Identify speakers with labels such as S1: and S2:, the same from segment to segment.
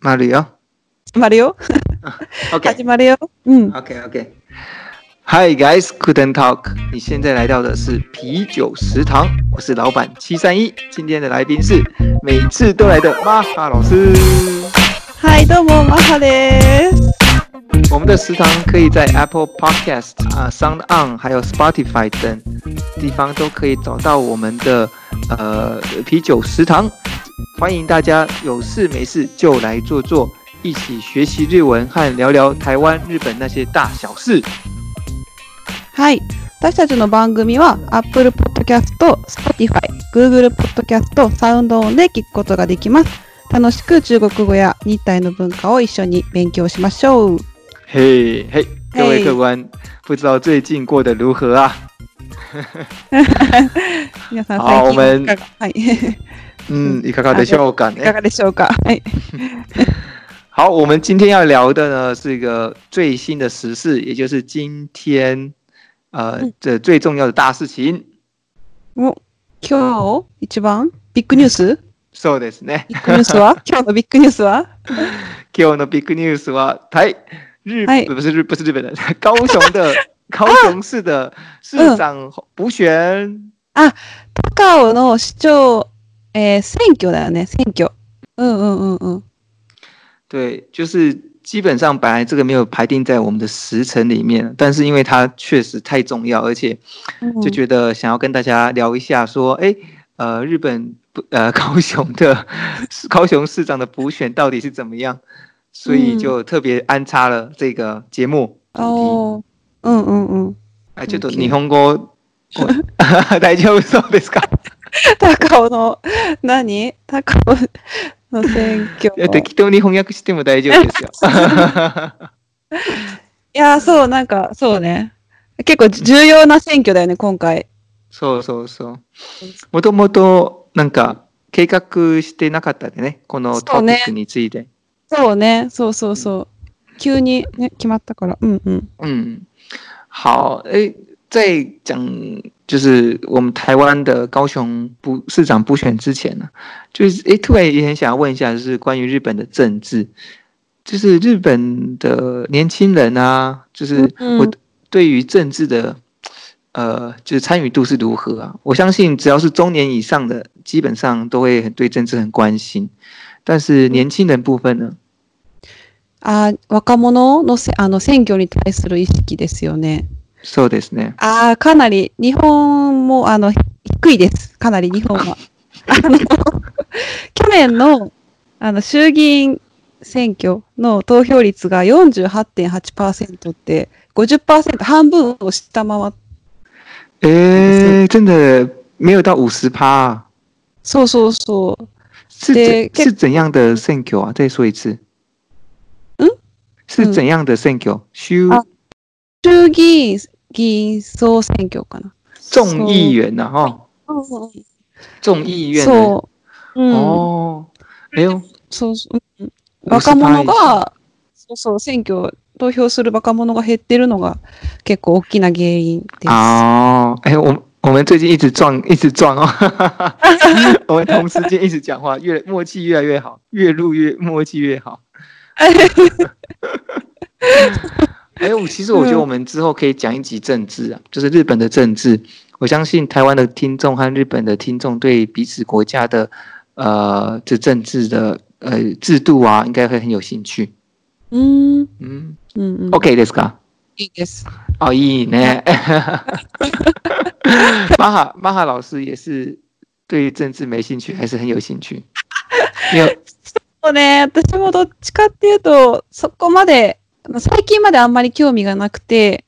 S1: まるよ。
S2: 始まるよ。始
S1: OK
S2: まるよ。嗯，
S1: OK OK。Hi guys, couldn't talk。你现在来到的是啤酒食堂，我是老板七三一。今天的来宾是每次都来的玛哈老师。
S2: はい、どうも、マハです。
S1: 我们的食堂可以在 Apple Podcast 啊、Sound On 还有 Spotify 等地方都可以找到我们的呃啤酒食堂，欢迎大家有事没事就来坐坐，一起学习日文和聊聊台湾、日本那些大小事。
S2: はい、私たちの番組は Apple Podcast、Spotify、Google Podcast、サウンドオンで聞くことができます。楽しく中国語や日体の文化を一緒に勉強しましょう。
S1: 嘿嘿，各位
S2: 嘿
S1: 客官，不知道最近过得如何啊？
S2: 皆さん、
S1: あ
S2: 最
S1: おめん
S2: 近いかがはい、 い
S1: 嗯，いかがでしょうか
S2: か
S1: ね？
S2: がでしょうか。はい、
S1: 好，我们今天要聊的呢是一个最新的时事，也就是今天呃
S2: 嗯
S1: 这最重要的大事情。
S2: お今日一番ビッグニュース？
S1: そうですね。
S2: ビッグニュー スは今日のビッグニュースは？
S1: 今日のビッグニュースは台日
S2: はい
S1: 不是日不是日本的 高雄 的高雄市的市长补选。
S2: 高尾の市長、えー選挙だよね、選挙。うんうんうんうん。
S1: 对，就是基本上本来这个没有排定在我们的时程里面，但是因为它确实太重要，而且就觉得想要跟大家聊一下，说，哎，呃，日本不呃 高雄的高雄市长的补选到底是怎么样，所以
S2: 嗯
S1: 就特别安插了这个节目主
S2: うん、
S1: 题。
S2: おーうんうんうん。
S1: あ、ちょっと
S2: OK
S1: 日本語を大丈夫そうですか
S2: 高尾の、何高尾の選挙。
S1: いや適当に翻訳しても大丈夫ですよ。
S2: いや、そう、なんか、そうね。結構重要な選挙だよね、今回。
S1: そうそうそう。もともとなんか計画してなかったでね、この
S2: そ
S1: ト
S2: う
S1: ピ
S2: ね
S1: ックについて。
S2: そうね、そうそうそう。急にね、決まったから。うんうん。
S1: 嗯，好，诶，在讲就是我们台湾的高雄补市长补选之前呢、就是诶，突然也很想要问一下，就是关于日本的政治，就是日本的年轻人啊，就是
S2: 嗯
S1: 我对于政治的。呃，就是参与度是如何啊？我相信只要是中年以上的，基本上都会很对政治很关心。但是年轻人部分呢？
S2: あー若者のせあの選挙に対する意識ですよね。
S1: そうですね。
S2: ああ、かなり、日本も、あの、ひ低いです。かなり日本は。あの、去年の、あの、衆議院選挙の投票率が48.8%って、50%、半分を下回っ
S1: 诶，哎真的没有到五十趴，啊、
S2: そうそうそう。
S1: 是
S2: 对
S1: 怎是怎样的 thank you 啊？再说一次，
S2: 嗯，
S1: 是怎样的 thank you？修
S2: 啊衆議院議員総選挙かな。
S1: 众议员呐、啊，哈，
S2: そう。
S1: 众议院的
S2: そう。うん。
S1: 哦，哎呦，
S2: そうそううん若者が、そうそう、選挙、投票する若者が減ってるのが結構大きな原因です。
S1: 哦，哎，我们我们最近一直撞，一直撞哦， 哈哈哈我们同时间一直讲话，越默契越来越好，越录越默契越好。哎，我其实我觉得我们之后可以讲一集政治啊，就是日本的政治。我相信台湾的听众和日本的听众对彼此国家的呃这政治的呃制度啊，应该会很有兴趣。
S2: うーん。
S1: 嗯
S2: うんうん。
S1: ，OK ですか？
S2: いいです。
S1: 哦，いい ね。玛哈玛哈老师也是对政治没兴趣，还是很有兴趣。没有，
S2: そうね、私もどっちかっていうと、そこまで、あの最近まであんまり興味がなくて、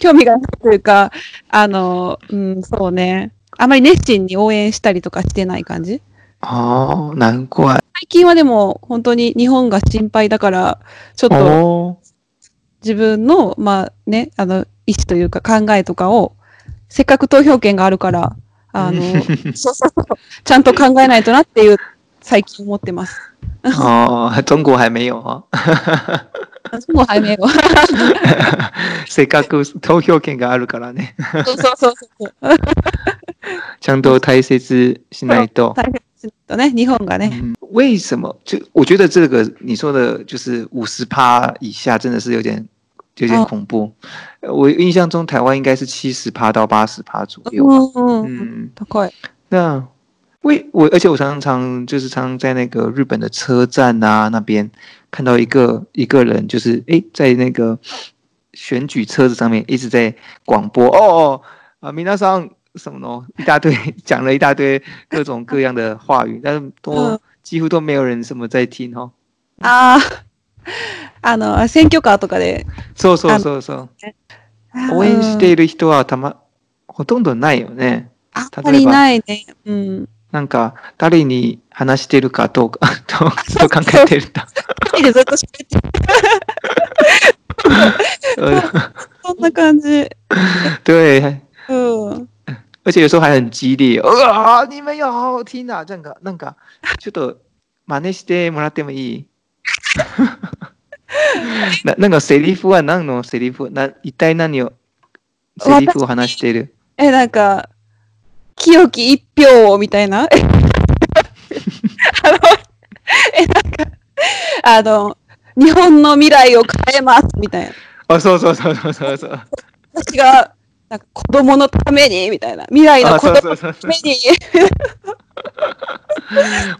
S2: 興味がないというか、あの、うん、そうね、あまり熱心に応援したりとかしてない感じ。
S1: 哦，难怪
S2: 最近はでも、本当に日本が心配だから、ちょっと
S1: 哦。
S2: 自分の、まあね、あの、意思というか考えとかを、せっかく投票権があるから、
S1: 哦
S2: あ の、そうそうそう、ちゃんと考えないとなっていう、最近思ってます。
S1: 哦，中国还没有哦。
S2: もう早めよ。
S1: せっかく投票権があるからね、
S2: そうそうそうそう。
S1: ちゃんと大切しないと。
S2: 大変ちょっとね、日本がね。
S1: 嗯，为什么？就我觉得这个你说的，就是五十趴以下，真的是有点有点
S2: 哦
S1: 恐怖。呃我印象中台湾应该是七十趴到八十趴左
S2: 哦
S1: 右。
S2: うんうん。
S1: 嗯，
S2: 高い。
S1: 那为我，而且我常常就是常常在那个日本的车站啊那边看到一个一个人，就是诶，在那个选举车子上面一直在广播哦啊，明大上什么呢？一大堆讲了一大堆各种各样的话语，但是都
S2: 嗯
S1: 几乎都没有人什么在听哦。
S2: ああ、あの、選挙カーとかで。
S1: そうそうそうそう。応援している人はたまほとんどないよね。
S2: あんまりないね。うん。
S1: なんか誰に話してるかどうか とと考えてるんだ。
S2: 一人でずっと喋ってる
S1: 呃
S2: そんな感じ。
S1: 对，
S2: うん。
S1: 而且有时候还很激 烈。啊，你们要好好听啊！なんか、なんか、ちょっ と、真似してもらってもいい ななんか、セリフは何のセリフな一体何を、セリフを話してい る
S2: え、なんか、清き一票をみたいな。 えあの、え、なんか、あの、日本の未来を変えますみたいな。
S1: あ、そうそうそうそうそうそう。
S2: 私が、なんか子供のためにみたいな。未来の
S1: あ、
S2: 子
S1: そう
S2: 供
S1: そうそ
S2: の
S1: う
S2: た
S1: そう
S2: め。に。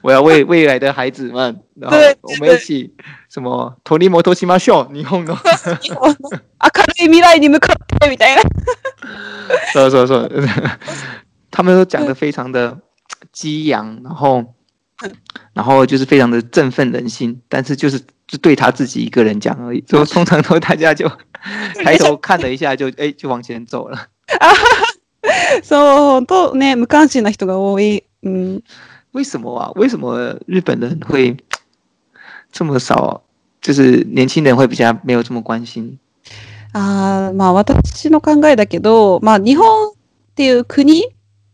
S1: 我要为未来的孩子们，然后
S2: 对
S1: 我们一起什么取り戻しましょう。日本の。
S2: 日本の明るい未来に向かってみたいな。
S1: 说说 说，他们都讲的非常的激昂，然后然后就是非常的振奋人心，但是就是就对他自己一个人讲而已，所以通常都大家就抬头看了一下就哎就往前走了。
S2: そう、ほんとね、無関心な人が多い。うん。
S1: 为什么啊？为什么日本人会这么少？就是年轻人会比较没有这么关心
S2: あーまあ私の考えだけど、まあ日本っていう国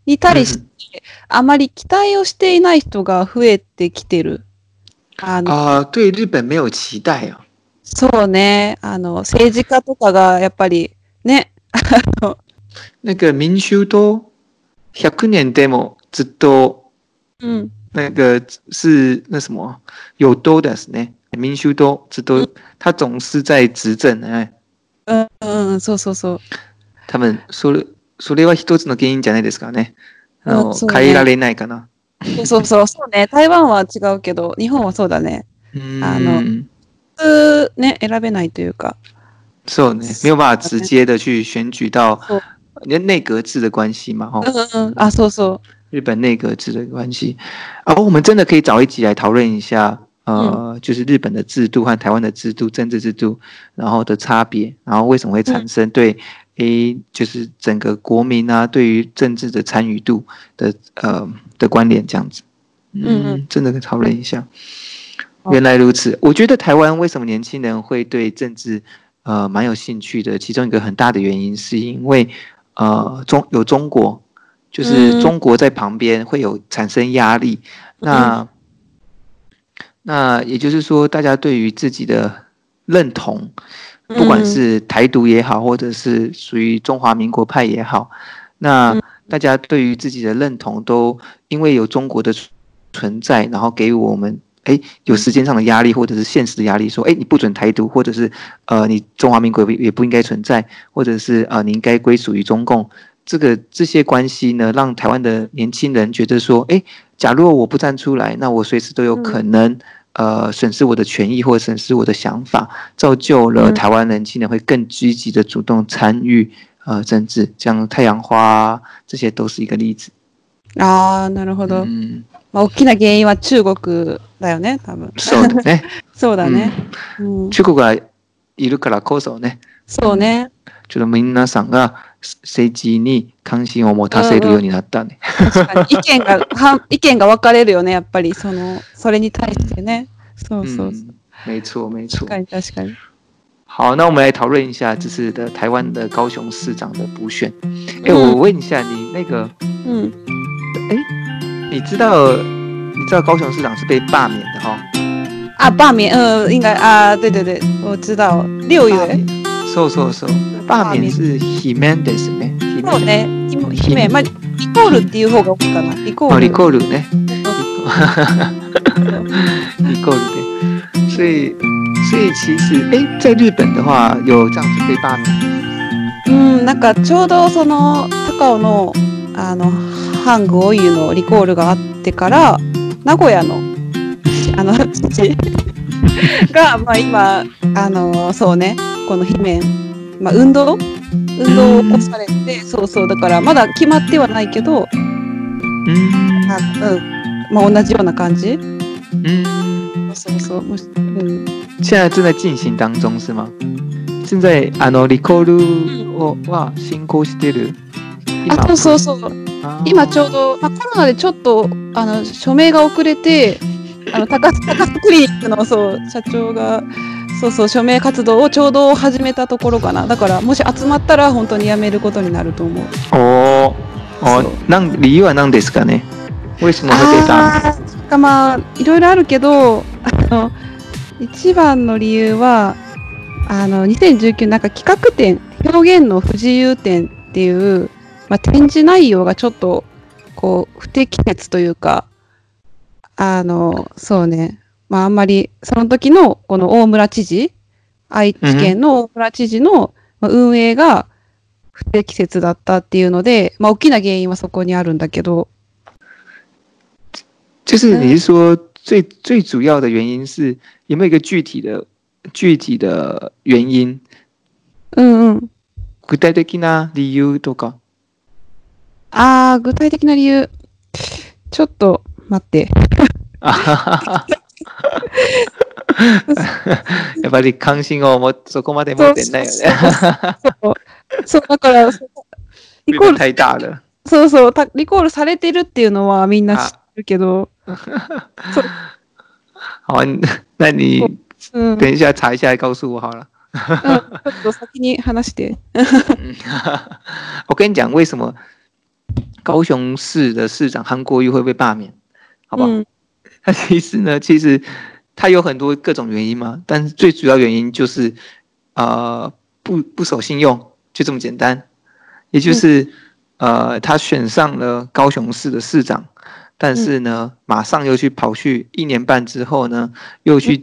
S2: に対して、あまり期待をしていない人が増えてきてる。あの、
S1: 啊、对日本没有期待啊。
S2: そうね、あの、政治家とかがやっぱり、ね、
S1: 那个民衆都100年でもずっと
S2: うん、
S1: 那个是那什么有多的是呢？民修多，这都他总是在执政哎。
S2: うん、うん、そうそうそう。
S1: 他们それそれは一つの原因じゃないですかね。あの、
S2: あそうね
S1: 変えられないかな。
S2: そうそうそう、そうね、台湾は違うけど、日本はそうだね。
S1: う
S2: あの
S1: ん、
S2: 普通、ね、選べないというか。
S1: そうね。没有办法直接的去选举到
S2: そう
S1: 内内阁制的关系嘛，哈、
S2: うん、うん、あ、そうそう。
S1: 日本内阁制的关系。啊，我们真的可以找一集来讨论一下，呃，
S2: 嗯
S1: 就是日本的制度和台湾的制度、政治制度，然后的差别，然后为什么会产
S2: 嗯
S1: 生对，诶、就是整个国民啊，对于政治的参与度的呃的关联这样子。
S2: 嗯
S1: 嗯，真的可以讨论一下。
S2: 好
S1: 原来如此，我觉得台湾为什么年轻人会对政治呃蛮有兴趣的，其中一个很大的原因是因为呃中有中国，就是
S2: 嗯
S1: 中国在旁边会有产生压力。那那也就是说，大家对于自己的认同，不管是台独也好，或者是属于中华民国派也好，那
S2: 嗯
S1: 大家对于自己的认同都因为有中国的存存在，然后给予我们。哎，有时间上的压力，或者是现实的压力，说，哎，你不准台独，或者是，呃，你中华民国也不应该存在，或者是，呃，你应该归属于中共，这个这些关系呢，让台湾的年轻人觉得说，诶，假如我不站出来，那我随时都有可能、呃损失我的权益或损失我的想法，造就了
S2: 嗯
S1: 台湾年轻人会更积极的主动参与呃政治，像太阳花、啊、这些都是一个例子。
S2: ああ、なるほど。
S1: 嗯，
S2: まあ、大きな原因は中国だよね、多分。
S1: そうだね。
S2: そうだ
S1: 嗯
S2: ね。うん
S1: 中国がいるからこそね、
S2: そうね。
S1: ちょっと皆さんが政治に関心を持たせるようになったね。
S2: 確かに意見が、は意見が分かれるよね、やっぱり、その、それに対してね。そうそうそう。
S1: 嗯，没错没错
S2: 確。かに確かに。
S1: 好，那我们来讨论一下这次的台湾的高雄市长的补选。哎、
S2: 嗯
S1: 我问一下你那个，
S2: うん。
S1: 你知道你知道高雄市长是被罢免的哈、
S2: あ、バーミン、うん、应该、あー、对对对、我知道。六
S1: 罢
S2: 月
S1: 免，そうそうそう。罢免是 Himendes ね。
S2: そう
S1: Himendes
S2: ね、姫、まあ、イコールっていう方が多いかな。イコ
S1: 哦，
S2: ー
S1: リ
S2: ル。
S1: コールね。你够了点。所以，所以其实，哎，在日本的话有这样子被罢免，
S2: うん、なんかちょうどその高尾のあのハングオイユのリコールがあってから名古屋のあの父が、まあ、今あのそうねこの姫、まあ、運動運動を起こされてそうそうだからまだ決まってはないけ
S1: 嗯
S2: ど、あうんまあ、同じような感じ
S1: 嗯，
S2: そうそう、もしうん、
S1: 现在正在进行当中是吗？现在あのリコールをは進行してる。
S2: あそうそうそう今ちょうど、まあ、コロナでちょっとあの署名が遅れてあの高須高須クリニックのそう社長がそうそう署名活動をちょうど始めたところかなだからもし集まったら本当にやめることになると思う
S1: 哦哦
S2: そう，
S1: なん理由は何ですかね？为什么会被罢免？
S2: あーかまあいろいろあるけどあの一番の理由はあの2019なんか企画展表現の不自由展っていう、まあ、展示内容がちょっとこう不適切というかあのそうねまああんまりその時のこの大村知事愛知県の大村知事のまあ運営が不適切だったっていうので、まあ、大きな原因はそこにあるんだけど。
S1: 就是你是说最最主要的原因是有没有一个具体的具体的原因？
S2: うんうん、
S1: 具体 的な理由とか。
S2: あー、具体的な理由。ちょっと待って。
S1: あはははやっぱり関心を もそこまで持ってないよね。
S2: そう、だから、そうリコール、
S1: 太大了。
S2: そうそうた、リコールされてるっていうのはみんな知ってるけど、
S1: 好， 那你
S2: うん、うん、ち
S1: 等一下查一下告诉我好了。
S2: ょっと先に話して。
S1: 我跟你讲，为什么高雄市的市长韩国瑜会被罢免，好不好？
S2: うん、
S1: 他其实呢，其实他有很多各种原因嘛，但是最主要原因就是呃不不守信用，就这么简单。也就是、呃，他选上了高雄市的市长，但是呢，马上又去跑去一年半之后呢，又去、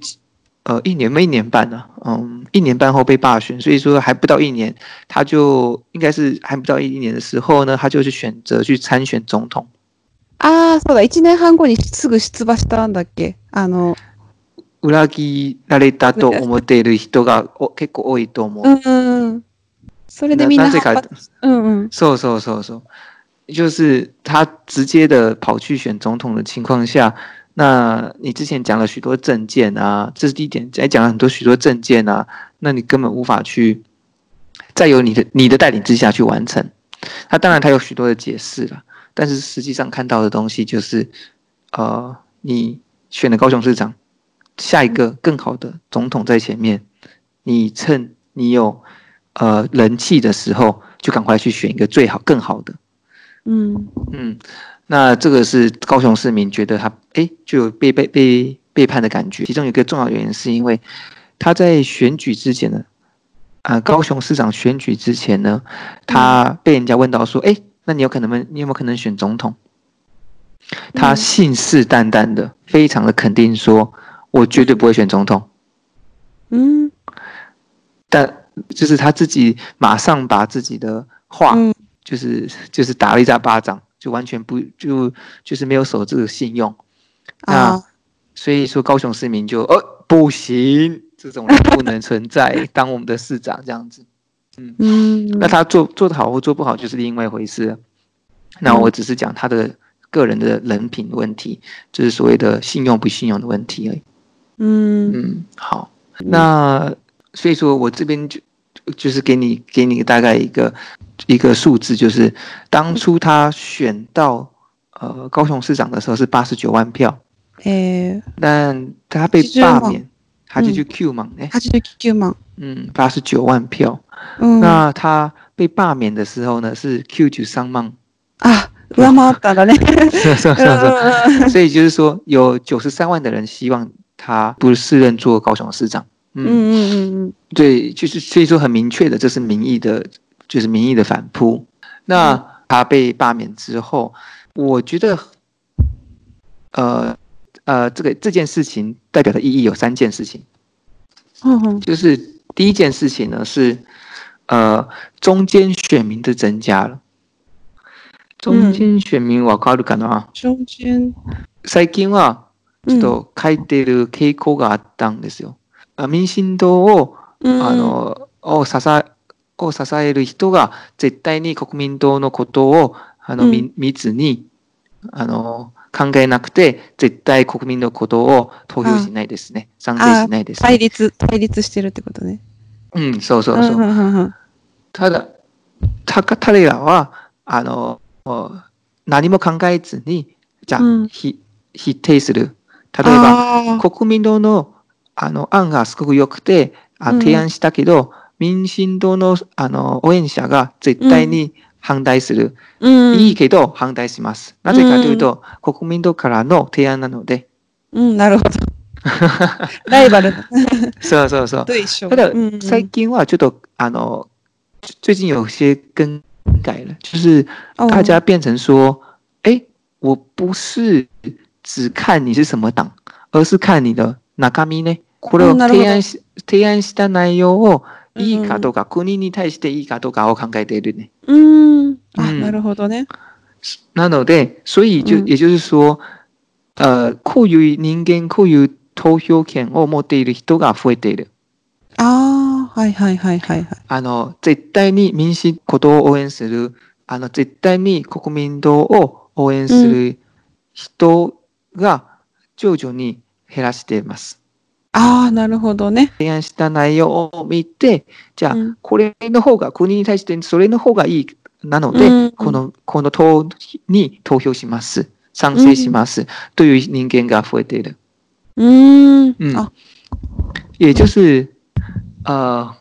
S1: 呃一年没一年半呢、嗯，一年半后被罢选，所以说还不到一年，他就应该是还不到一年的时候呢，他就去选择去参选总统。
S2: あー、そうだ、1年半後にすぐ出馬したんだっけあの、
S1: 裏切られたと思っている人がお結構多いと思う。
S2: うんうん。それでみんな、
S1: ぜか、
S2: うんうん。
S1: そうそうそうそう，就是他直接的跑去选总统的情况下，那你之前讲了许多证件啊，这是第一点，还讲了很多许多证件啊，那你根本无法去再由你的你的带领之下去完成。那当然，他有许多的解释了，但是实际上看到的东西就是，呃，你选了高雄市长，下一个更好的总统在前面，你趁你有呃人气的时候，就赶快去选一个最好、更好的。
S2: うん
S1: 嗯，那这个是高雄市民觉得他诶就有被被被背叛的感觉。其中有一个重要原因是因为他在选举之前呢，啊、高雄市长选举之前呢，他被人家问到说，诶，那你有可能吗？你有没有可能选总统？他信誓旦旦的，非常的肯定说，我绝对不会选总统。
S2: うん。
S1: 但就是他自己马上把自己的话，
S2: うん
S1: 就是就是打了一大巴掌，就完全不就就是没有守这个信用，
S2: あ
S1: 所以说高雄市民就呃不行，这种人不能存在当我们的市长这样子。
S2: ー、うん。
S1: 那他做做得好或做不好就是另外一回事了。那我只是讲他的个人的人品问题，就是所谓的信用不信用的问题而已。
S2: うん。
S1: 嗯，好，那所以说我这边就就就是给你给你大概一个一个数字，就是当初他选到呃高雄市长的时候是八十九万票，
S2: えー、
S1: 但他被
S2: 89
S1: 罢
S2: 万
S1: 免，他就去 Q 嘛，哎、
S2: 89万。
S1: 嗯，八十九万票。
S2: うん。あ、
S1: 那他被罢免的时候呢是 Q 九三 万，
S2: 上回った んだね。
S1: 是是是是，所以就是说有九十三万的人希望他不是任做高雄市长，嗯
S2: うんうんうんうん。
S1: 对，就是所以说很明确的，这是民意的，就是民意的反扑。那他被罢免之后，我觉得，呃，呃，这个这件事情代表的意义有三件事情。
S2: うんうん
S1: 就是第一件事情呢是，呃，中间选民的增加了。中間選民わかるかな、
S2: 標準
S1: 最近は
S2: う
S1: ちょ
S2: ん
S1: っと書いてる傾向があったんですよ。あ民進党を、
S2: うん
S1: あのを支えを支える人が絶対に国民党のことをあの、
S2: うん
S1: み密にあの考えなくて絶対国民のことを投票しないですね。賛成しないです、
S2: 対
S1: ね。
S2: 立、対立してるってことね。
S1: うん、そうそうそう。
S2: んんんうん
S1: ただ、たか彼らは、あの、もう何も考えずに、じゃあ、
S2: うん
S1: ひ否定する。例えば、
S2: あー
S1: 国民党のあの案がすごく良くてあ、
S2: うん
S1: 提案したけど、民進党のあの応援者が絶対に反対する。
S2: うん
S1: いいけど反対します。なぜかというと、国民党からの提案なので。
S2: うん、な るほど。ライバル
S1: そうそうそう。
S2: と一緒。
S1: ただ
S2: うんうん、
S1: 最近はちょっと、あの、最最近有些更改了，就是
S2: 哦
S1: 大家变成说，哎、我不是只看你是什么党，而是看你的中身ね。これを
S2: うんなるほど
S1: 提案し、提案した内容をいいかど
S2: う
S1: うか、国に対していいかどうかを考えているね。
S2: うん。あ、
S1: うん
S2: なるほどね。
S1: なので、所以就、
S2: うん
S1: 也就是说、呃、こういう人間、こういう投票権を持っている人が増えている。
S2: ああ、はいはいはいはいはい。
S1: あの、絶対に民主ことを応援する、あの、絶対に国民党を応援する人が徐々に減らしています。
S2: ああ、なるほどね。
S1: 提案した内容を見て、じゃあ
S2: うん、
S1: これの方が、国に対してそれの方がいい、なので、
S2: うん
S1: この、この党に投票します。賛成します。という人間が増えている。
S2: うー
S1: うん
S2: ん。あ、
S1: 也就是呃，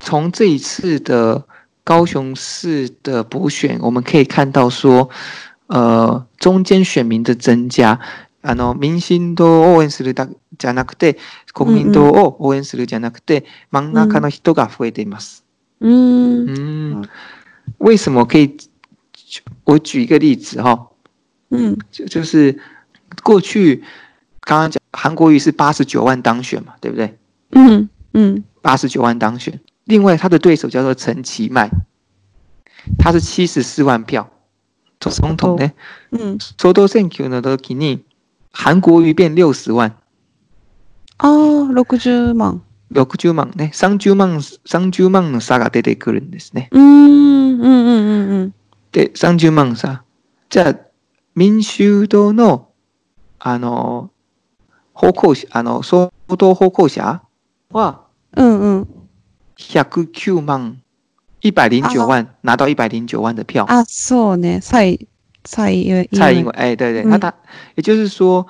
S1: 从这一次的高雄市的补选，我们可以看到说，呃，中间选民的增加。あの、民進党を応援するだじゃなくて、国民党を応援するじゃなくて、真ん中の人が増えています。
S2: うーん。
S1: 嗯
S2: 好，
S1: 为什么可以？我举一个例子哈、
S2: うん。
S1: 就就是过去刚刚讲韩国瑜是八十九万当选嘛，对不对？
S2: うん。うん。
S1: 八十九万当选。另外，他的对手叫做陈其迈，他是七十四万票。总统呢，
S2: うん。
S1: 総統選挙の時に韓国瑜变六十万、
S2: ああ、60万。
S1: 六十万ね、三十万三十万の差が出てくるんですね。
S2: うーん。うんうんうんうん。
S1: で、三十万差。じゃあ民衆党のあの方向者あの総統方向者は
S2: うんうん。
S1: 百九万、一百零九万拿到一百零九万的票。
S2: あ、そうね。蔡、蔡英
S1: 蔡英文，哎，对对，
S2: 嗯
S1: 那他也就是说，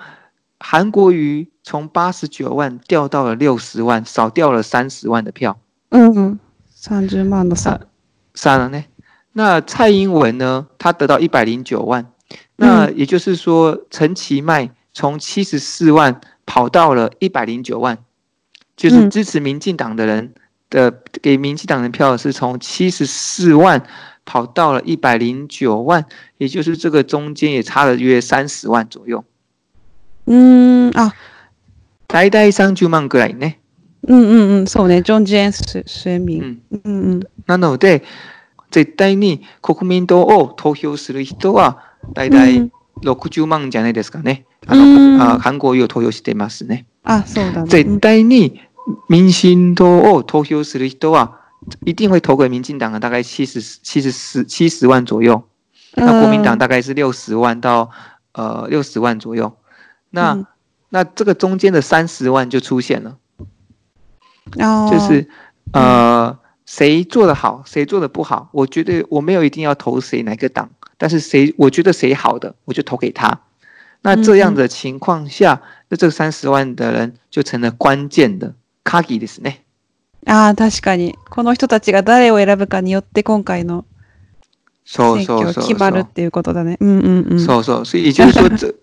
S1: 韩国瑜从八十九万掉到了六十万，少掉了三十万的票。
S2: うんうん。30万の差。
S1: 算了呢，那蔡英文呢，他得到一百零九万，那
S2: 嗯
S1: 也就是说，陈其迈从七十四万跑到了一百零九万，就是
S2: 嗯
S1: 支持民进党的人的、给民进党的票是从七十四万跑到了一百零九万，也就是这个中间也差了约三十万左右。
S2: うーん。あ、
S1: 大体30万ぐらいね。
S2: うんうんうん。そうね。ジョン・ジェーンス・スエミ
S1: う
S2: ン。
S1: ん、
S2: うんうん。
S1: なので、絶対に国民党を投票する人は、大
S2: う
S1: 体
S2: ん
S1: 60万じゃないですかね。
S2: うん
S1: あの、あ韓国を投票してますね。
S2: あ、そうだね。
S1: 絶対に民進党を投票する人は、一定会投给民进党的大概七十七十四七十万左右，
S2: うん
S1: 那国民党大概是六十万到呃六十万左右，那、
S2: 嗯
S1: 那这个中间的三十万就出现了。
S2: あー
S1: 就是呃，谁做的好，谁做的不好，我觉得我没有一定要投谁哪个党，但是谁我觉得谁好的，我就投给他。那这样的情况下，那这三十万的人就成了关键的 k a g i ですね。
S2: ああ、確かに。この人たちが誰を選ぶかによって今回の選
S1: そうそ
S2: 挙
S1: う
S2: が
S1: そう
S2: 決まるっていうことだね。うんうんうん。
S1: そうそう，嗯所以也就是说这，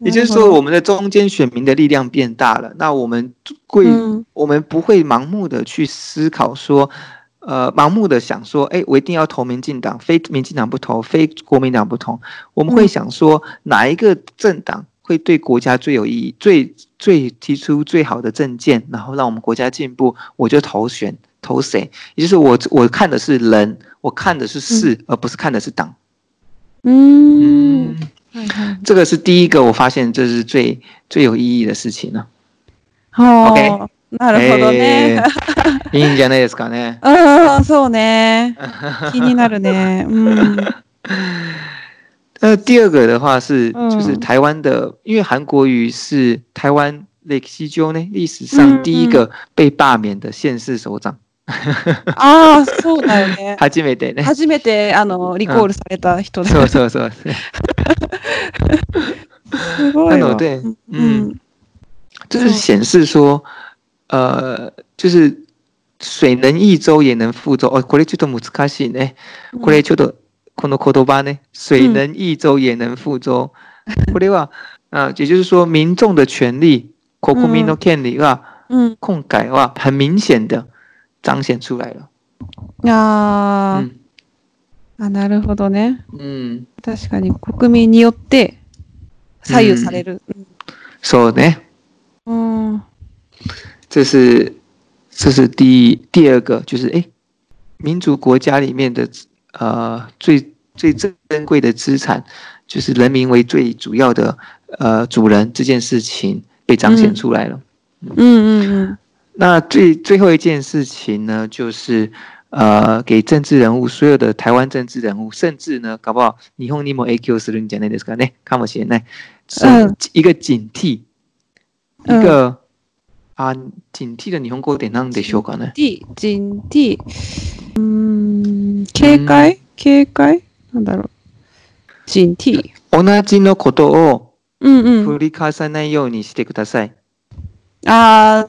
S1: 也
S2: 嗯
S1: 就是说我们的中间选民的力量变大了。那我们会
S2: うん
S1: 我们不会盲目的去思考说，呃盲目的想说，哎，我一定要投民进党，非民进党不投，非国民党不投。我们会想说，哪一个政党会对国家最有意义，最最提出最好的政见，然后让我们国家进步，我就投选投谁。也就是我我看的是人，我看的是事，而不是看的是党。
S2: うん。はいはい。
S1: 这个是第一个，我发现这是最最有意义的事情啊了。
S2: はあ。なるほど
S1: 哎え
S2: ね。
S1: ーいいんじゃないですかね。
S2: うん、そうね。気になるね。うん。
S1: 那呃第二个的话是，
S2: 嗯
S1: 就是台湾的，因为韩国瑜是台湾累西鸠呢历史上第一个被罢免的县市首长，
S2: ああ、そうだよね。
S1: 他基美得 呢。
S2: 初めて、あの、リコールされた人だ。
S1: そうそうそう。
S2: すご
S1: ないの
S2: わ。
S1: で
S2: う、ん
S1: 嗯，就是显示说，呃，就是水能益州也能覆舟。哦，これちょっと難しいね。これちょっとこの言葉呢，水能益州也能覆舟。これは、啊，也就是说，民众的权利，国民の権利が。
S2: うん。
S1: 空改的话，很明显的彰显出来了。
S2: あ
S1: 嗯
S2: ーあ、なるほどね。
S1: 嗯，
S2: 確かに国民によって左右される。
S1: 所以呢，
S2: うん。うん
S1: 这是这是第一第二个，就是哎，诶民族国家里面的呃最最珍贵的资产，就是人民为最主要的呃主人这件事情被彰显出来了。
S2: うんうん。
S1: 那最最后一件事情呢，就是呃，给政治人物，所有的台湾政治人物，甚至呢，搞不好日本にも影響するんじゃないですかね、かもしれない。是
S2: 嗯
S1: 一个警惕，
S2: 嗯
S1: 一个啊，警惕的日本語って何でしょうかね。
S2: D、人 D。うーん。警戒警戒なんだろう。人 T。
S1: 同じのことを
S2: うんう
S1: 繰
S2: ん。
S1: り返さないようにしてください。
S2: あ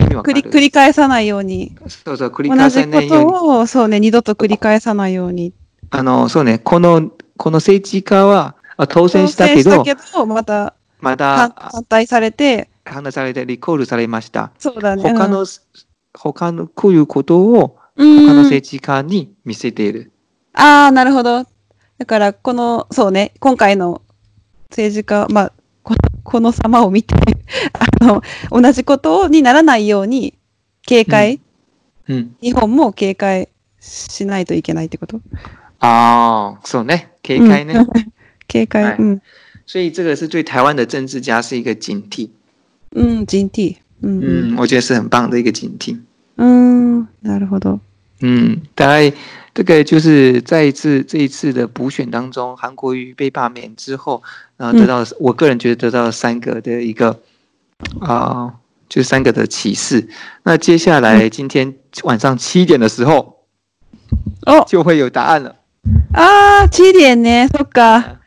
S1: 意味
S2: あ、
S1: わか
S2: 繰
S1: る
S2: り繰り返さないように。
S1: そうそう、繰り
S2: 同
S1: 返さ
S2: じ
S1: な
S2: こ
S1: いように。
S2: とを、そうね、二度と繰り返さないように。
S1: あの、そうね、この、この政治家はあ当選したけ
S2: 当
S1: ど、
S2: 選したけどまた
S1: ま
S2: 反
S1: た
S2: 反対されて、
S1: 話されてリコールされました。
S2: そうだね。
S1: 他の、他のこういうことを
S2: う
S1: 他
S2: ん、他
S1: の政治家に見せている。
S2: ああ、なるほど。だから、この、そうね、今回の政治家、まあ、このこの様を見て あの、同じことにならないように、警戒、
S1: うん。
S2: 日本も警戒しないといけないってこと
S1: ああ、そうね。警戒ね。
S2: うん 警戒、
S1: はい
S2: うん。
S1: 所以这个是对台湾的政治家是一个警惕。
S2: うん、人 T。うん。
S1: 嗯，我觉得是很棒的一个警惕。
S2: うん、ん、なるほど。
S1: 嗯，大概这个就是在一次这一次的补选当中，韩国瑜被罢免之后，然
S2: 嗯
S1: 后得到、我个人觉得得到了三个的一个啊、就三个的启示。那接下来今天晚上七点的时候
S2: お
S1: 就会有答案了。
S2: ああ、チリエンね、そっか。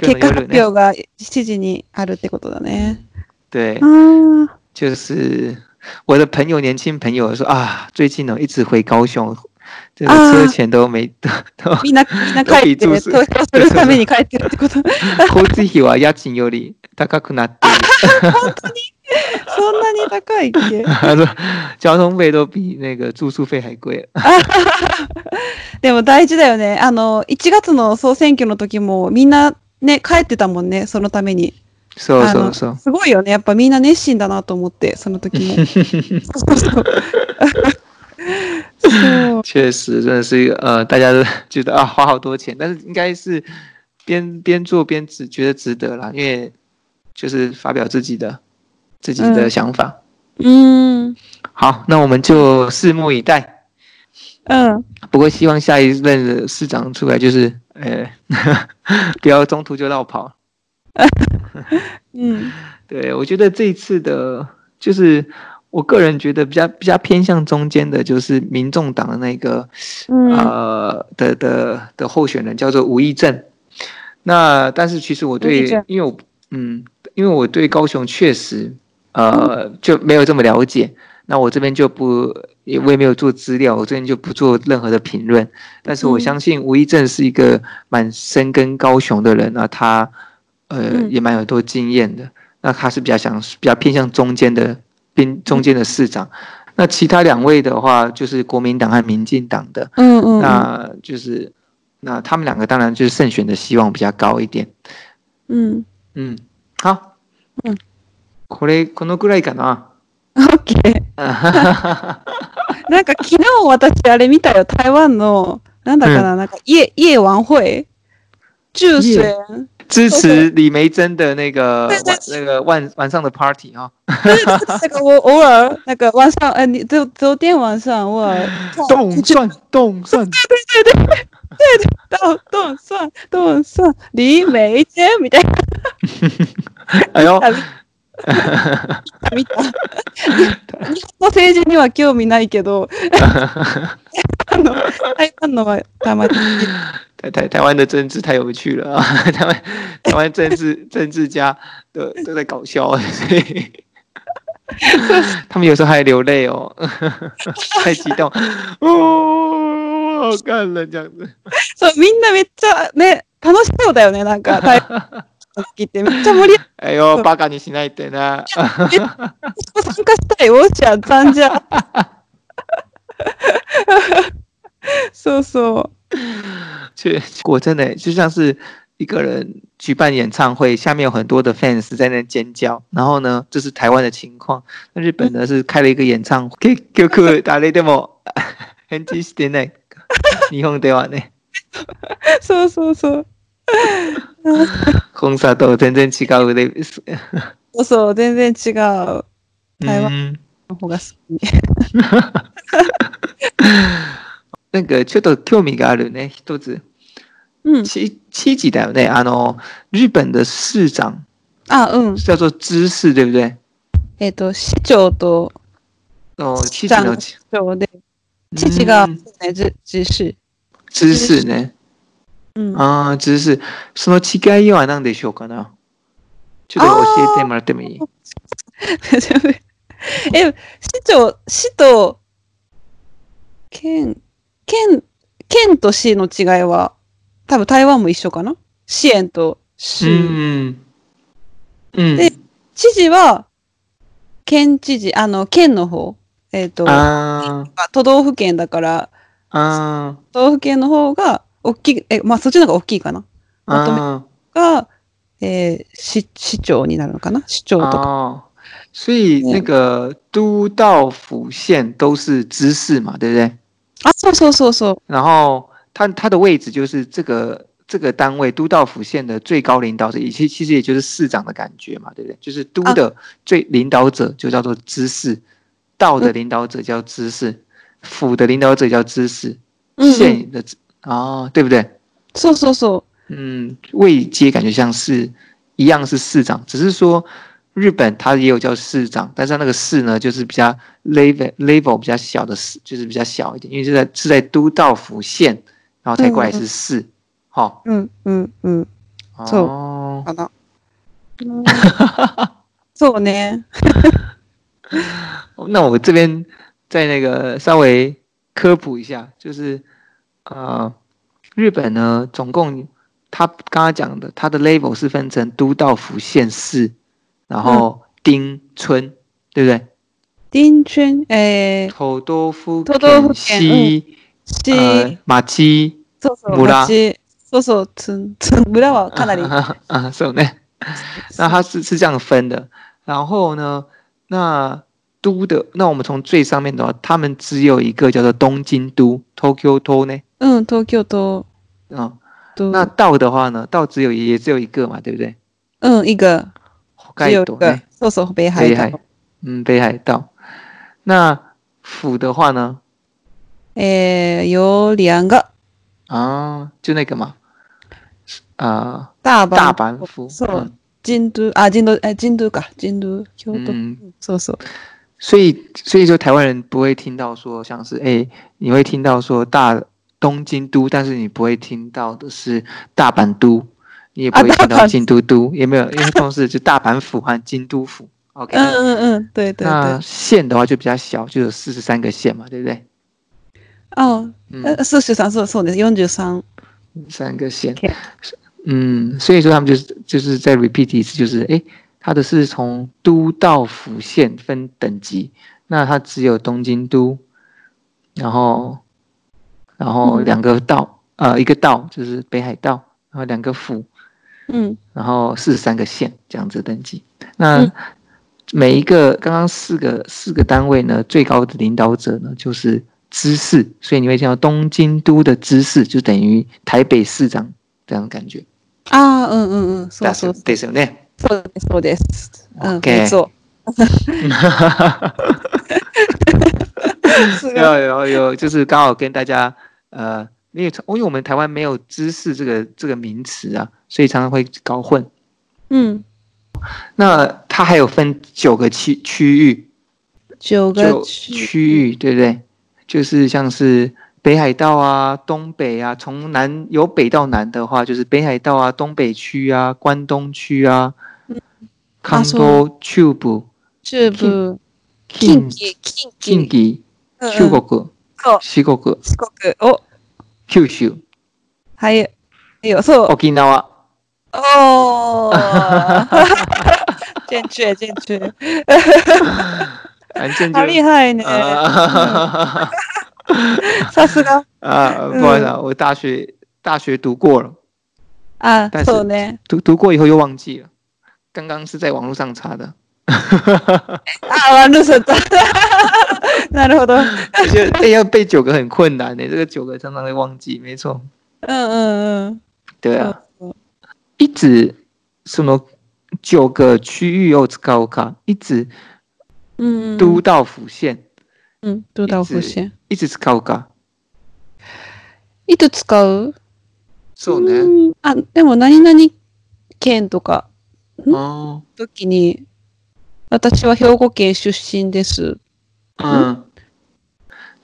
S1: 今
S2: 結
S1: 日
S2: 果
S1: の夜
S2: 発
S1: ね
S2: 表が7時にあるってことだね。
S1: 对
S2: あ，あ。
S1: 就是我的朋友，年轻朋友说啊，最近呢、一直回高雄，这个
S2: 啊
S1: 车钱都没、 都都
S2: みんな、みんな帰って、
S1: ロビ
S2: 投
S1: ー通す
S2: 票するために帰ってるっ てこと。そん
S1: 交通費は家賃より高くなっている。
S2: なに高いっけ
S1: 他说 交通费都比那个住宿费还贵。
S2: でも大事だよね。あの、1月の総選挙の時もみんなね、帰ってたもんね、そのために。
S1: そう
S2: あ
S1: そ
S2: の
S1: うそう。
S2: すごいよね。やっぱみんな熱心だなと思って、その 時も。そうそう。そう。
S1: 确实，真的是一个呃，大家都觉得啊，花好多钱，但是应该是边边做边值，觉得值得啦，因为就是发表自己的自己的
S2: 嗯
S1: 想法。
S2: うん。うん。
S1: 好，那我们就拭目以待。不过希望下一任的市长出来就是，呃， 不要中途就绕跑。
S2: うん。
S1: 对，我觉得这一次的，就是我个人觉得比较比较偏向中间的，就是民众党的那个
S2: うん。
S1: 呃的的的候选人叫做吴益政。那但是其实我
S2: 吴
S1: 对
S2: 益政，
S1: 因为我嗯，因为我对高雄确实呃
S2: 嗯
S1: 就没有这么了解。那我这边就不，也我也没有做资料，我这边就不做任何的评论。但是我
S2: 嗯
S1: 相信吴益政是一个蛮深耕高雄的人，那他呃、
S2: 嗯
S1: 也蛮有多经验的。那他是比较想比较偏向中间的边中间的市长。那其他两位的话，就是国民党和民进党的，
S2: 嗯嗯嗯
S1: 那就是那他们两个当然就是胜选的希望比较高一点。
S2: うん。
S1: 嗯，好，
S2: うん
S1: これこのぐらいか な。
S2: オッケー。なんか昨日私あれ見たよ。台湾の、なんだかな、なんか、夜、夜晚会中
S1: 夜
S2: 選。
S1: 支持李梅珍的那个
S2: 对对
S1: 晚那个晚晚上的 party 啊、
S2: 对，那个我偶尔那个晚上，呃，你昨昨天晚上我
S1: 哦，动算动算，
S2: 到动算动算李梅珍みたいな
S1: 哎呦，
S2: 見た。日本の政治には興味ないけど、あの台湾のはたまに。
S1: 台台台湾的政治太有趣了啊！ 台湾台湾政治政治家都都在搞笑， 所以他们有时候还流泪哦， 太激动哦，好看了这样子。
S2: そうみんなめっちゃね楽しそうだよねなん か台湾の時ってめっちゃ盛り上がる。
S1: 哎呦，巴嘎你醒来一点啊！
S2: 私も参加したいよじゃあさんじゃ。そうそう。
S1: 去果真的就像是一个人举办演唱会，下面有很多的 fans 在那尖叫。然后呢，这是台湾的情况。那日本呢是开了一个演唱会，結局誰で も返事してない。日本ではね、
S2: そうそうそう。
S1: コンサート全然違うです。
S2: そうそう、全然違うの台湾
S1: 嗯
S2: 方が好き。
S1: なんかちょっと興味があるね。一つ、
S2: うん。
S1: 知知事だよね。あの日本的市長
S2: あ、うん。
S1: 叫做知事，对不对？
S2: えっ、と、市長と
S1: 哦，知
S2: 市
S1: 事
S2: 長
S1: の
S2: の市長で、父が、
S1: うん
S2: そうね、じ自主。
S1: 知事ね。
S2: うん。
S1: ああ、知識。その違いは何でしょうかなちょっと教えてもらってもいい
S2: え、市長、市と、県、県、県と市の違いは、多分台湾も一緒かな支援と
S1: う
S2: 市。
S1: ん。うん。
S2: で知事は、県知事、あの、県の方。えっ、と、
S1: あー
S2: 都道府県だから、
S1: あー、
S2: 都道府県の方が、大きい、え、まあ、そっちの方が大きいかなまとめ
S1: あー、
S2: が、えー市、市長になるのかな市長とか。
S1: あー。所以那个都道府县都是知事嘛，对不对？
S2: あ、そうそうそうそう。
S1: 然后它它的位置就是这个这个单位都道府县的最高领导者，其其实也就是市长的感觉嘛，对不对？就是都的最领导者就叫做知事，道的领导者叫知事，府的领导者叫知事，
S2: うん、うん。
S1: 县的知哦，对不对？
S2: そうそうそう。
S1: 嗯，位阶感觉像是一样是市长，只是说日本它也有叫市长，但是它那个市呢，就是比较 level level 比较小的市，就是比较小一点，因为是在是在都道府县，然后才过来是市，好、
S2: うん、うん、うん。そう
S1: 哦，
S2: かな。うんそうね。
S1: 哦那我这边再那个稍微科普一下，就是呃，日本呢，总共他刚刚讲的，它的 level 是分成都道府县市，然后町村，对不对？
S2: 林春、えー、
S1: 都道府
S2: 都道府
S1: 県
S2: 県
S1: 西
S2: 市、
S1: 呃马基
S2: そうそう、
S1: 村
S2: 町そうそう、つん、つん、村はかな り。
S1: 啊，是呢。那它是是这样分的。然后呢，那都的，那我们从最上面的话，他们只有一个叫做东京都 （Tokyo To） 呢。
S2: うん、東京都
S1: 嗯，
S2: と、
S1: 那道的话呢，道只有也只有一个嘛，对不对？
S2: うん、いが、
S1: 北海道呢，
S2: そうそう、北
S1: 北
S2: 海
S1: 海
S2: 道。，
S1: 嗯，北海道。那府的话呢，
S2: えー、よりあんが、
S1: 啊，就那个嘛，啊、
S2: 大阪。
S1: 大阪府。
S2: そう
S1: 嗯，
S2: 神都、あ、神都、え、神都か、神都、京都。
S1: 嗯，
S2: そうそう。
S1: 所以所以说台湾人不会听到说像是哎、你会听到说大东京都，但是你不会听到的是大阪都，你也不
S2: 啊
S1: 会听
S2: 大
S1: 到
S2: 阪
S1: 京都都，也没有，因为都是就大阪府和京都府。OK，
S2: うんうんうん、对对
S1: 那
S2: 对。
S1: 县的话就比较小，就有四十三个县嘛，对不对？
S2: あ、
S1: 嗯，
S2: えスーシュさん、そうそうです。43。
S1: 三个县
S2: OK。
S1: 嗯，所以说他们就是就是在 repeat 一次，就是诶，它的是从都道府县分等级，那它只有东京都，然后然后
S2: 嗯
S1: 两个道、呃一个道就是北海道，然后两个府，
S2: 嗯
S1: 然后四十三个县这样子登记。那、
S2: 嗯
S1: 每一个刚刚四个四个单位呢，最高的领导者呢就是知事，所以你会见到东京都的知事就等于台北市長这样的感觉。
S2: ああ、うんうんうん。そうそう。
S1: ですよね。
S2: そうです、そうです。うん、
S1: OK
S2: そう。す ごい。
S1: 有有有，就是刚好跟大家呃，因为因为我们台湾没有知识这个这个名词啊，所以常常会搞混。
S2: うん。
S1: 那它还有分九个区区域，
S2: 上
S1: 九
S2: が中。
S1: 区域对不对？就是像是北海道啊、东北啊，从南由北到南的话，就是北海道啊、东北区啊、关东区啊、
S2: あ
S1: 関
S2: そう
S1: 東チューブ、
S2: 中部。近
S1: 近
S2: 畿、啊嗯近
S1: 近
S2: 畿。
S1: 畿、
S2: うんうん
S1: 中国、
S2: そう。
S1: 四国、
S2: 四国。お、
S1: 九州、
S2: はい。はいよ、そう。
S1: 沖縄。
S2: おー。 正确、正确。
S1: 反正就
S2: 好厉害ね。
S1: 啊
S2: さすが。
S1: 啊，
S2: 嗯
S1: 不好意思啊，我大学大学读过了，
S2: あ
S1: 但、是
S2: そうね。
S1: 读读过以后又忘记了，刚刚是在网络上查的。
S2: あ、ワンルースだった。 なるほど。うん
S1: 我觉得哎要背九个很困难的、这个九个常常会忘记，没错，
S2: うんうん。
S1: 对
S2: そ
S1: 啊
S2: う，そう
S1: 一直その九个区域を使うか、一直
S2: うんうん。
S1: 都道府县，
S2: うん、どうだ、保険。
S1: 一直使うか。
S2: いつ使う
S1: そうね。
S2: うんあ、でも、何々県とか、ん
S1: 哦，
S2: 時に、私は兵庫県出身です。
S1: 嗯，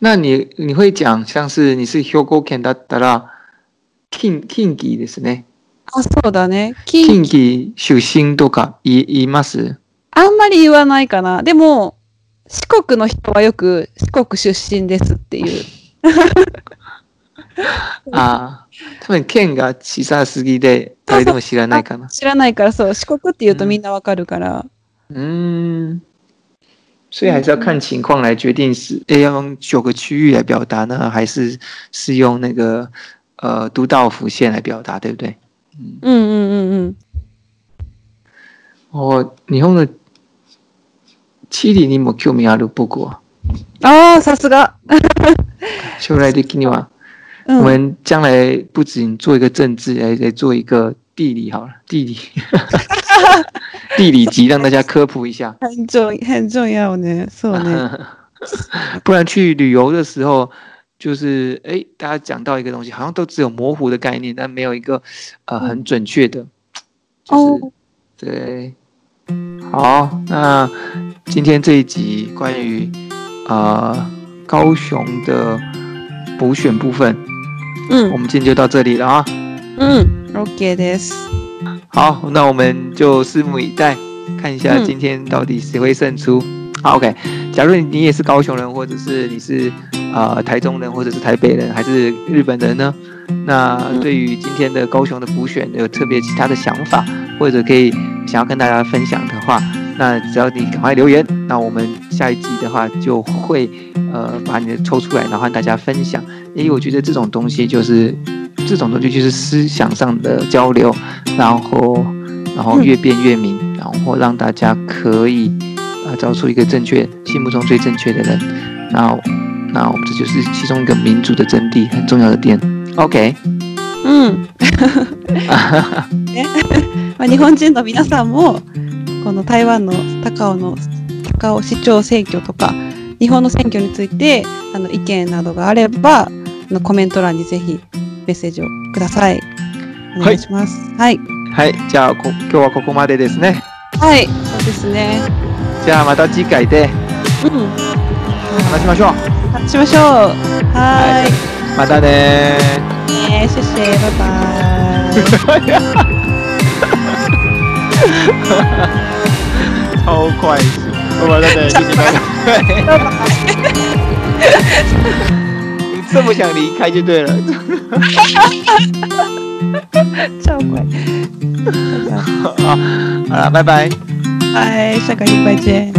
S1: 那你你会讲像是你是兵庫県だったら、近近畿ですね。
S2: あ、そうだね。近
S1: 近畿
S2: 畿、
S1: 出身とか言い言います
S2: あんまり言わないかな。でも、四国の人はよく四国出身ですっていう。
S1: ああ、多分県が小さすぎで誰でも知らないかな。
S2: 知らないから、そう、四国って言うと
S1: うん
S2: みんなわかるから。
S1: うーん。嗯所以还是要看情况来决定是诶嗯哎要用九个区域来表达呢，还是是用那个呃都道府县来表达，对不对？
S2: うんうんうんうん。
S1: 哦，日本の地理にも興味ある僕は
S2: ああ、さすが。
S1: 将来的には、
S2: うん
S1: 我们将来不仅做一个政治，来来做一个地理好了，地理 地理集让大家科普一下。
S2: 很重很重要ね。そうね。
S1: 不然去旅游的时候，就是哎，诶大家讲到一个东西，好像都只有模糊的概念，但没有一个呃很准确的。就是
S2: 哦，
S1: 对。好，那今天这一集关于呃高雄的补选部分，
S2: うん
S1: 我。们今天就到这里了啊。
S2: うん。OK です。
S1: 好，那我们就拭目以待，看一下
S2: 嗯
S1: 今天到底谁会胜出。好，OK。假如你也是高雄人，或者是你是呃台中人，或者是台北人，还是日本人呢？那
S2: 嗯
S1: 对于今天的高雄的补选有特别其他的想法，或者可以想要跟大家分享的话，那只要你赶快留言，那我们下一集的话就会呃把你的抽出来，然后和大家分享。因为我觉得这种东西就是这种东西就是思想上的交流，然后然后越辩越明，然后让大家可以啊找出一个正确心目中最正确的人。那那我们这就是其中一个民主的真谛很重要的点。OK，
S2: うん。ねまあ、日本人の皆さんも、この台湾の高尾の、高尾市長選挙とか、日本の選挙について、あの、意見などがあれば、あのコメント欄にぜひメッセージをください。お願いします。はい。
S1: はい、じゃあこ今日はここまでですね。
S2: はい。そうですね。
S1: じゃあまた次回で
S2: うん。
S1: 話しましょう。
S2: 話しましょう。は
S1: またねー。
S2: ーい。ねえ、シェシェ、バ イバイ。
S1: 超快速，我的天，就是那个，你这么想离开就对了。
S2: 超快。
S1: 好，好了，拜拜。
S2: 嗨，下个礼拜见。